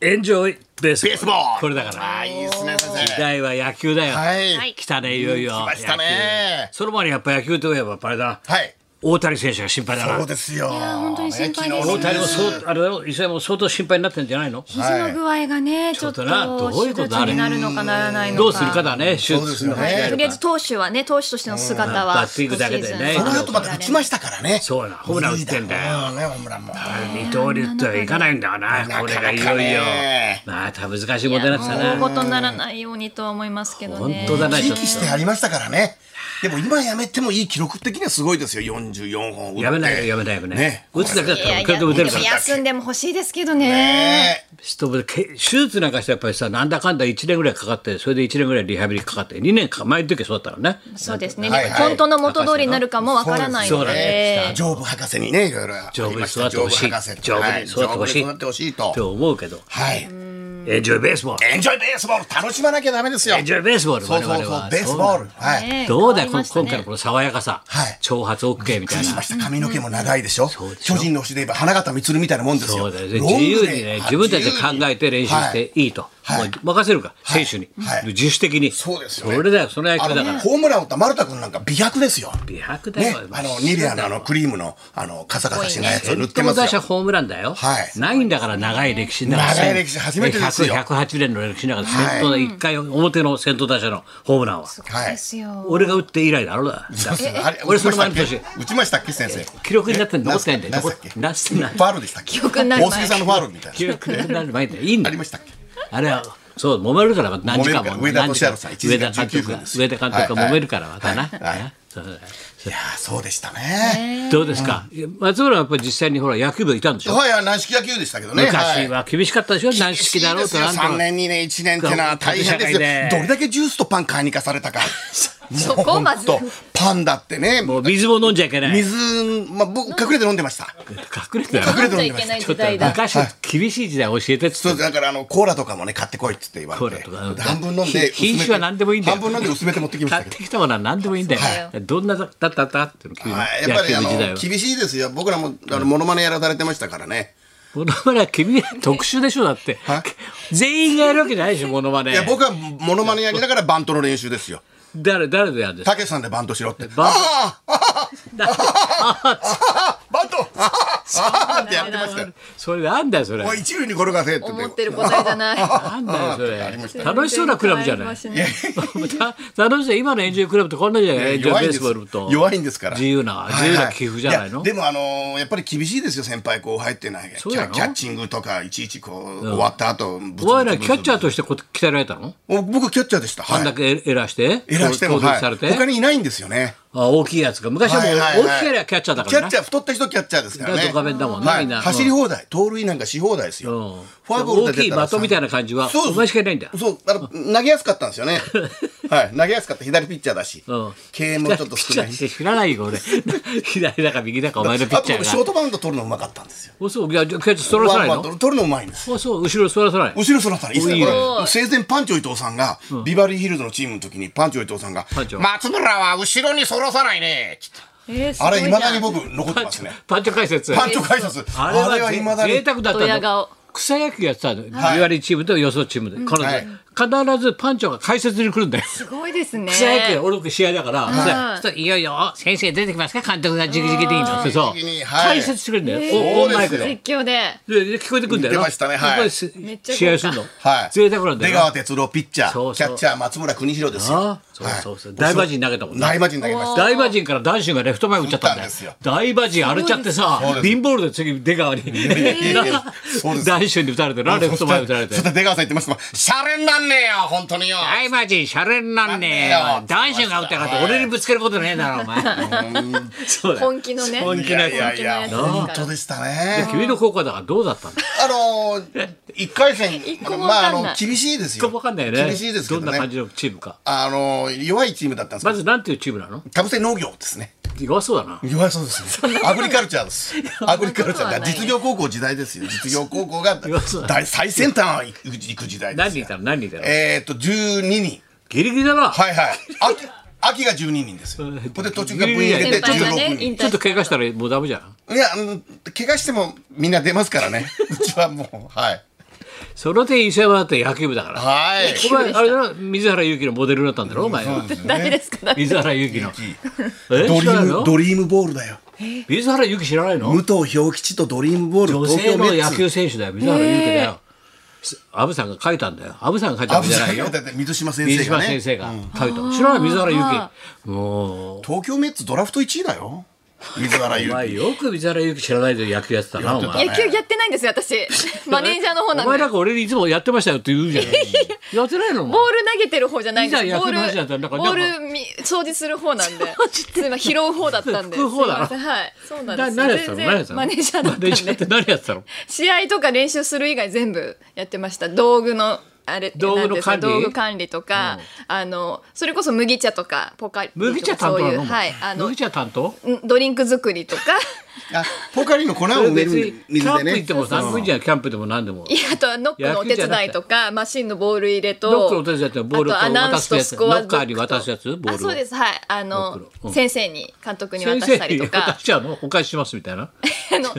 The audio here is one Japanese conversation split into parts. エンジョイベースベースボールこれだからああいいですね先時生代は野球だよ、はい、はい来たねいよいよ来ましたね野球その前にやっぱ野球といえばやっぱあれだなはい大谷選手が心配だなそうですよいや本当に心配です大谷もそうあれだろ伊勢も相当心配になってんじゃないの肘の具合がね、ちょっちとょっとなどういうことあれ手術になるのかならないのか。どうするかだね手そう術ですするよのねかしないのとりあえかず投手はね、投手としての姿は。バッティングだけでね今シーズこンの後また打ちましたからねそうなホームラン打ってんだようんねホームランも二刀流ってはいかないんだよななかなかねこれがいよいよまた難しい問題になってた大なごとにならないようにとは思いますけどね。本当だなちょっ地域しとてありましたからねでも今やめてもいい記録的にはすごいですよ44本打ってやめないよやめないよねね打つだけだったいらやいいくらや、ででもも打てるから休んでも欲しいですけどね。ねちょっとけ手術なんかしてやっぱりさなんだかんだ1年ぐらいかかってそれで1年ぐらいリハビリかかって2年か前の時はそうだったのねそうですねはい。はい本当の元通りになるかもわからないそのうだねで。丈夫博士にねいろいろありました丈夫に育ってほしい丈夫博士丈夫に育ってほしいはい丈夫に育ってほしいってと思うけどはいエンジョイベースボールエンジョイベースボール楽しまなきゃダメですよエンジョイベースボールそ我う々そうそはうベースボそールうはいねどうだよ変わりこのましたね今回のこの爽やかさはい長髪 OK みたいしなました髪の毛も長いでしょそうでしょ巨人の星で言えば花形満みたいなもんですそようだよねロング自で由にね自分たちで考えて練習しはいていいともはいう任せるからはい選手にはい自主的にそうですよねれだよその野あ球のだからホームラン打った丸田君なんか美白ですよ美白だねよ、あのニベアのあのクリームのあのカサカサしないやつを塗っ先て頭ます打者よ。ホームランだよ、はいないんだから長い歴史の中長い歴史初めてですよ100 108年の歴史の中で先頭だ、一回表の先頭打者のホームランははでい。すよ。俺が打って以来だろうだそうそうあれ俺その前の打ちま年したっけ打ちましたっけ先生。記録になってんのえ残ってないんだよ何でしたっけなすなファールでしたっけ。憶にない大杉さんのファールみたい記な。録になる前でいいんあだりよましたっけ。あれはそう揉めるから何時間も揉めるから何上田時俊間哉さん1時間上田監19督が分です上田監督がはい揉めるからまたな、はいはいねそうだよいやーそうでしたね。どうですか、松村はやっぱり実際にほら野球部いたんでしょ、はいはい軟式野球でしたけどね。昔はい。は厳しかったでしょ軟式だろうとなんとか3年にね1年ってのは大変です社会よでどれだけジュースとパン買いに行かされたかそこまずもうほんとパンだってねもう水も飲んじゃいけない。水、まあ、僕隠れて飲んでました隠れてた隠れ飲て飲んでんじゃいまけしたないちょっ時と代だ。昔厳しい時代教えてっつそうって。だからあのコーラとかもね買ってこいっつって言わコーれラてとか半分飲んひで品種は何でもいいんだよ薄めて半分飲んで薄めて持ってきまし買たっけどてきたものは何でもいいんだよ。どんなだっただったっていうの君はいやっぱりあ野球部時代のは。厳しいですよ僕らもあのモノマネやらされてましたからねモノマネは君は特殊でしょだっては。全員がやるわけじゃないでしょモノマネ いや。僕はモノマネやりながらバントの練習ですよ誰誰でやるんですか。たけしさんでバントしろってバントああああああバントああああってやってましたよそれなんだよそれ。おい一塁に転がせって思言っっててる答えじゃない。なんだよそれ。楽 楽しそうなクラブじゃ ない。楽しそう今のエンジョイクラブってこんなんじゃない。エンジョ弱イベいんーでスすボールと。弱いんですから自由な自由はなは寄付じゃないいのや。でもあのーやっぱり厳しいですよ先輩後輩っていうのはキそうなャのキャッチングとかいちいちこう終わった後ブツブツお前らキャッチャーとしてこ鍛えられたのお僕キャッチャーでしたあはんだいけエエラーして、エラーしても、盗塁はい、されて、他にいないんですよねあ大きいやつが。昔はもうはいはいはい大きいエラーキャッチャーだからキャな。ッチャー太った人キャッチャーですからだねと画面だもんなはみんな走り放題盗塁なんかし放題ですよ、うんフォアボールで出たら大きい的みたいな感じはそうお前しかいないんだそうあの投げやすかったんです よねはい投げやすかった左ピッチャーだし、うん敬遠もちょっとピッ少チャなーいっして 知らないよ俺。左だか右だかお前のピあッとチャ僕ショーーが。トバウンド取るのうまかったんですよおそういやキャッチャーストローさないワンバのウンド取るのうまいんですおそう後ろストローさない。後ろそらったらいいっすねおいいねこれ生前パンチョ伊藤さんが、ビバリーヒルズのチームの時にパンチョ伊藤さんがパンチョ「松村は後ろにそらさないね」 えーすごあれいなまだに僕残ってますねパンチョ解説。パンチョ解説あれは未だに贅沢だったドヤの顔。草野球やってたの。ビワリーチームと予想チームで。彼女必ずパンチョが解説に来るんだよ。すごいですね。草野球俺の試合だから、そしたらそしたらいよいよ先生出てきますか監督がじきじきでいいのってそう直々にはい解説してくれるんだよ、ーオンマイクで。実況で。でで聞こえてくるんだよな。出ましたねはいやっぱりすめっちゃ豪華試合するの。はい贅沢なんだ出よな。川哲郎ピッチャーそうそうキャッチャー松村邦弘ですよあそうそうそう。大魔神投げたもんな。大魔神投げました大魔神から男子がレフト前打っちゃったんだ打ったんよですよ。大魔神荒れちゃってさそうで、すビンボールで次出川に。そうです男子に打たれてな、レフト前打たれてそし。たら出川さん言ってましたもんシャレになんねえよ本当によ大魔神シャレになんねえよなんねえよ男子が打ったかはらい俺にぶつけることねえだろお前そうだよ本気のね。本気のやついやいやいや本気の本やつ当でしたね君の高校だからどうだったのあのー一回戦一個もわまあかあんないの厳しいですよ分かんないよね厳しいですけどどんな感ねじのチームかあのー弱いチームだったんですまけどずなんていうチームなのかぶせ農業ですね弱そうだな弱そうですね。アグリカルチャーです。アグリカルチャーそんなだ。ことはない実業高校時代ですよ。実業高校が弱そうだ大最先端行く行く時代で何す人いよ。たの何人いたのえっと12人。ギリギリだな、はいはい。秋秋が12人ですよ。これで途中から部員入れ先て輩が16ね、引人。ちょ退っと怪我したらもうダメじゃん いやうん怪我してもみんな出ますからね。うちはもうはい。その点石山だって野球部だから。はい。お前、あれだな、水原勇気のモデルになったんだろ、お前は。誰ですか水原勇気の。えドリ知らないームのドリームボールだよ水原勇気知らないの武藤兵吉とドリームボール女東性京メの野ッツ球選手だよ、水原勇気だよ。アブさんが書いたんだよ。アブさんが書いたあんじゃないよ。だって水島先水生が島先ね生が書いた。知らない、水原勇気。もう。東京メッツドラフト1位だよ水原お前優よく水原勇気知らないで野球やってたな、お前。野球やってないんです よ私マネージャーの方なお前んでなんか俺にいつもやってましたよって言うじ ゃん。やってないのお前ボール投げてる方じゃないんですいざ野ボ球ーの話だったらルなんかボールみ掃除する方なんでつまり拾う方だった んで拭く方だろすいませんはいそうななん何やっでてすたのよ何や全ってたの然マネージャーだっマたんネージャーってで何やってたの試合とか練習する以外全部やってました道具のあれ道具のなんていうんですか管理道具管理とか、あのそれこそ麦茶とかポカリとか麦茶担当そうないのうお前はいあの麦茶担当んドリンク作りと かあポカリの粉を埋め別るにキ水ャンでプ行ねっても何分じゃんキャンプでも何でも。いやあとはノックのお手伝いとかマシンのボール入れとノックのお手伝いってボールをあとアナウンスとスコア渡すやつノッカーに渡すやつボールをあそうですはいあノッのクのうん先生に監督に渡先した生りにと渡かしちゃうのお返ししますみたいな。 あの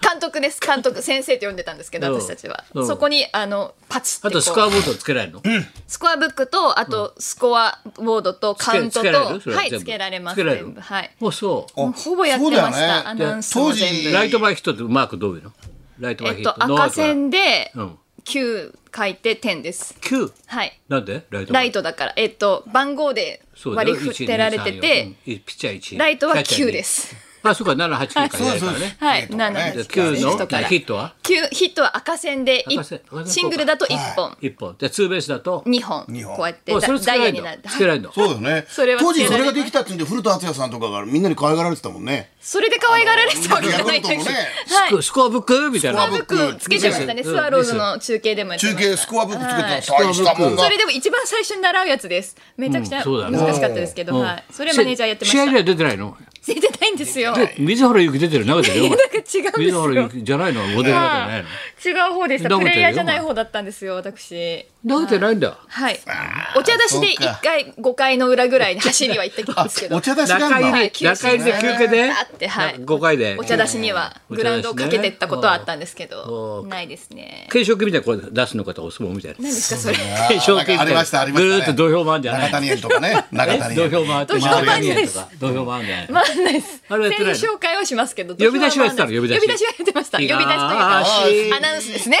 監督です監督先生と呼んでたんですけどうん私たちはうんそこにあのパチってあことうスコアボードつけないのスコアブックとあとスコアボードとカウントつとけられるそれはい全部つけられますつけられる全部はいもうそう。あほぼやってましたそうだよねアナウンスも全当部時ライト前ヒットってマークどういうのライトえ前ヒっット。と赤線でうん9書いて10です9。はいなんでライト前ライトだから、えっと、番号でそうだよ割り振ってられて1 2 3 4て、うんピッチャー1。ライトはキャッチャー9二です。あ、そうか、7、8、9からやるからね。はえっい、となねのそうで、そ9のうヒットからヒットは9ヒットは赤線で赤線1赤線本、シングルだと1本、 1本。で、ツーベースだと。 2本二、本こうやっておそれダつダけイなヤいんにだなって、つけないのそうだよねそれは当時つそけられれながいできたっていうんで古田敦也さんとかがみんなに可愛がられてたもんねそれで可愛がられてたわけじゃないんですけど、ヤクルトもねはい。スコアブックみたいなスコアブック僕つけてましたでね、すスワローズの中継でもやってま中した継スコアブック作ってはいた大したもんそだれでも一番最初に習うやつです。めちゃくちうんゃそうだ難ねしかったですけど、うんはい。それはマネージャーやってまし試合にはた。出てないの全然ないんですよ。なんか水原ゆき出てる中 でよお前違うんです水原ゆよ。きじゃないのモデル中じゃない違う方でした。投げプてるよレイヤーじゃない方だったんですよ、私。の投げてないんだはい。お茶出そしでう一か回五回の裏ぐらいに走りは行ってきたんですけど。お茶出しなんだ中入りい中入りで休憩であってはい。 5回でお茶出しにはうんグラウンドをかけてったことはあったんですけおど、ないですね。軽食みたいなこれ出すのかとお相撲みたいな何ですかそれ。軽食みたいなありましたありましたねぐるーっと土俵回んじゃない中谷園とかね中谷土園俵回って土俵回んない回でとすか土俵回んじゃない まあないです。あれやってないの全員紹介はしますけど。呼び出しはやってたの呼び出し呼び出しはやってました。呼び出しというあかーしアナウンスですね。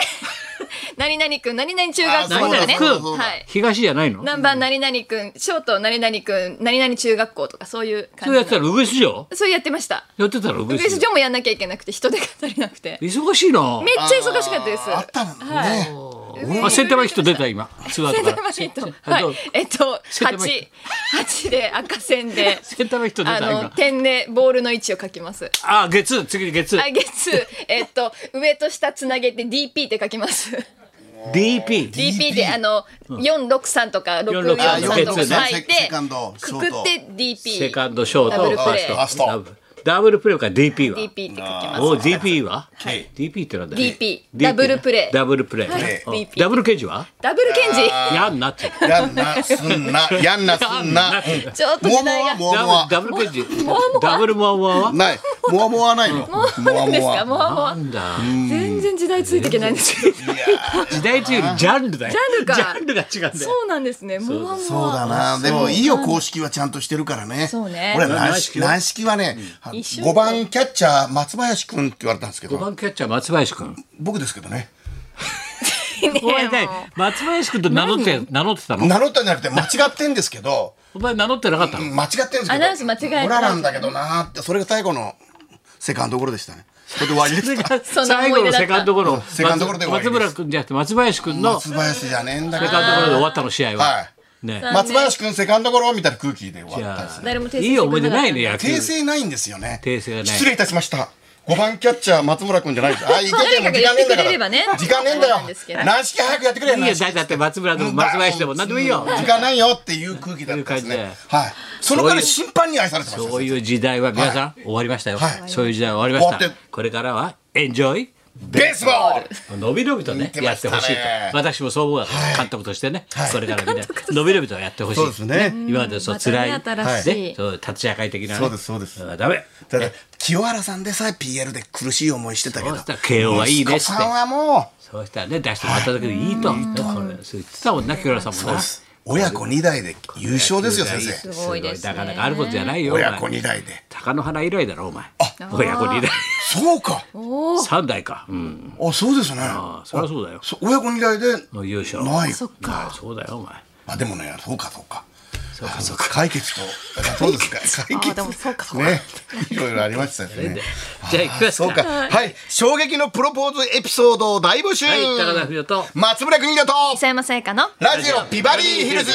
何々くん何々中学校とかね。あーそうだそうだそうだはい。東じゃないの何番何々くんショート何々くん何々中学校とかそういうそ感れじやってたの。らウグイス城そうやってました。やってたらウグウイグイスス城場もやんなきゃいけなくて人手が足りなくてめっ忙しいなちゃ忙しかったですあったのはいねあセンターバイヒット出 た今ツアーセとンかタらはーバイトいはいえっとセンターバイ八八で赤線でセンターバイヒット出あたの今点でボールの位置を書きますあ月次月あ月えっと上と下つなげて DP って書きます DP DP であの四六三とか六四あ三とか月ね書いてセカンドシくョくートってセ DP カンドショーダブルトプレーファーストダブルダブルプレーから DP は DP って書きますお DP は DP ってなんだ DP ダブルプレーダブルプレはいーうん DP ダブルケージはダブルケンジやんなってやんなすんなやんなすんなちょっとモアモ時代アがモアモダアブルダブルケージダブルモアモアはないモアモアないのモア何ですかもうもなうんだ全然時代ついていけないんですけど時代というよりジャンルだよジャンルかジャンルが違うんだよそうなんですね。もわもわ。そうだなでもいいよ公式はちゃんとしてるからねそうね俺軟式軟式はね一緒5番キャッチャー松林君って言われたんですけ5ど番キャッチャー松林君僕ですけどねお前ね松林君と名乗って名乗ってたの名乗ったんじゃなくて間違ってんですけどお前名乗ってなかったの間違ってんですけどアナウンス間違えてないオラなんだけどなーってそれが最後のセカンドゴロでしたねそれで終わりで それしがそんな最思後い出のだっセたカンドゴロセカンドゴロで終わり松です村君じゃなくて松林君のたセ松林じゃねえんだけどカンドゴロで終わったの試合ははねい松林君セカンドゴロみたいな空気で終わったんですね誰も訂正いい思い出ないねや。野球訂正ないんですよね訂正がない失礼いたしました5番キャッチャー松村君じゃないですあいけて誰もかうが時や間ねえってんくだかれればらね時間ねえんだよなんですけど軟式早くやってくれよいい軟よ式だだって松村でも松林でも何でもいいよ時間ないよっていう空気だったんでいすう感ねじはいその代わり審判に愛されてましたそういう時代は皆さん終わりましたよはいそういう時代は終わりまし終たわってこれからはエンジョイベースボール伸び伸びとね似てやまっしてたねほしいと私もそう思うわけ監督としてね、これからみんな伸び伸びとやってほしいそうですね今までそうまたね辛い、新しいねそう立ち上がり的なね、そうですそうですんダメただ清原さんでさえ PL で苦しい思いしてたけそどうしたら慶応はいいねって息子さんはもそうしたらね出してもらっただけでいいと、これそう言ってたもんな木村さんもうな親子2代で優勝ですよ先生すごいですねなかなかあることじゃないよ親お子前2代で貴乃花以来だろお前親子二代そうか三代かうんあそうですねあそりゃそうだよそ親子2代でもう優勝ないそっああかそうだよお前まあでもねそうかそうかそうかそうか解決とそうですか解あでもそうかそうかねいろいろありましたよねじゃあ行きますそうかはい衝撃のプロポーズエピソードを大募集はい高田文夫と松村邦洋と磯山さやかのラジオビバリーヒルズ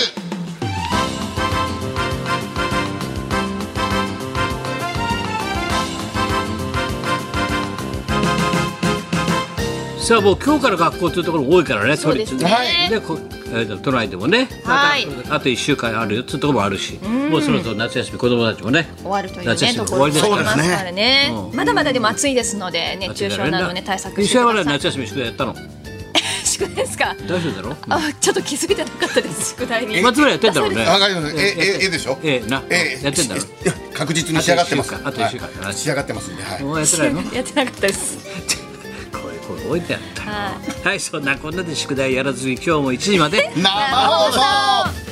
さあもう今日から学校というところ多いからねそうですねはいでこえーと都内でもねまはいたあと1週間あるよっていうところもあるしもうそろそろ夏休み子供たちもね終わるという夏ね休とみこ終わろりでですかそすらうですねからねまだまだでも暑いですので熱中症などね対策して石山くらださい夏休み宿題やったの 宿題ですか大丈夫だろあちょっと気づいてなかったです宿題に松村やってんだろうねわかりますえええでしょええなええやってんだろいや確実に仕上がってますあと一週間あと一週間はい仕上がってますんではいもうやって ないのこやってなかったですういう子が多いんだよはいはいそんなこんなで宿題やらずに今日も1時まで生放送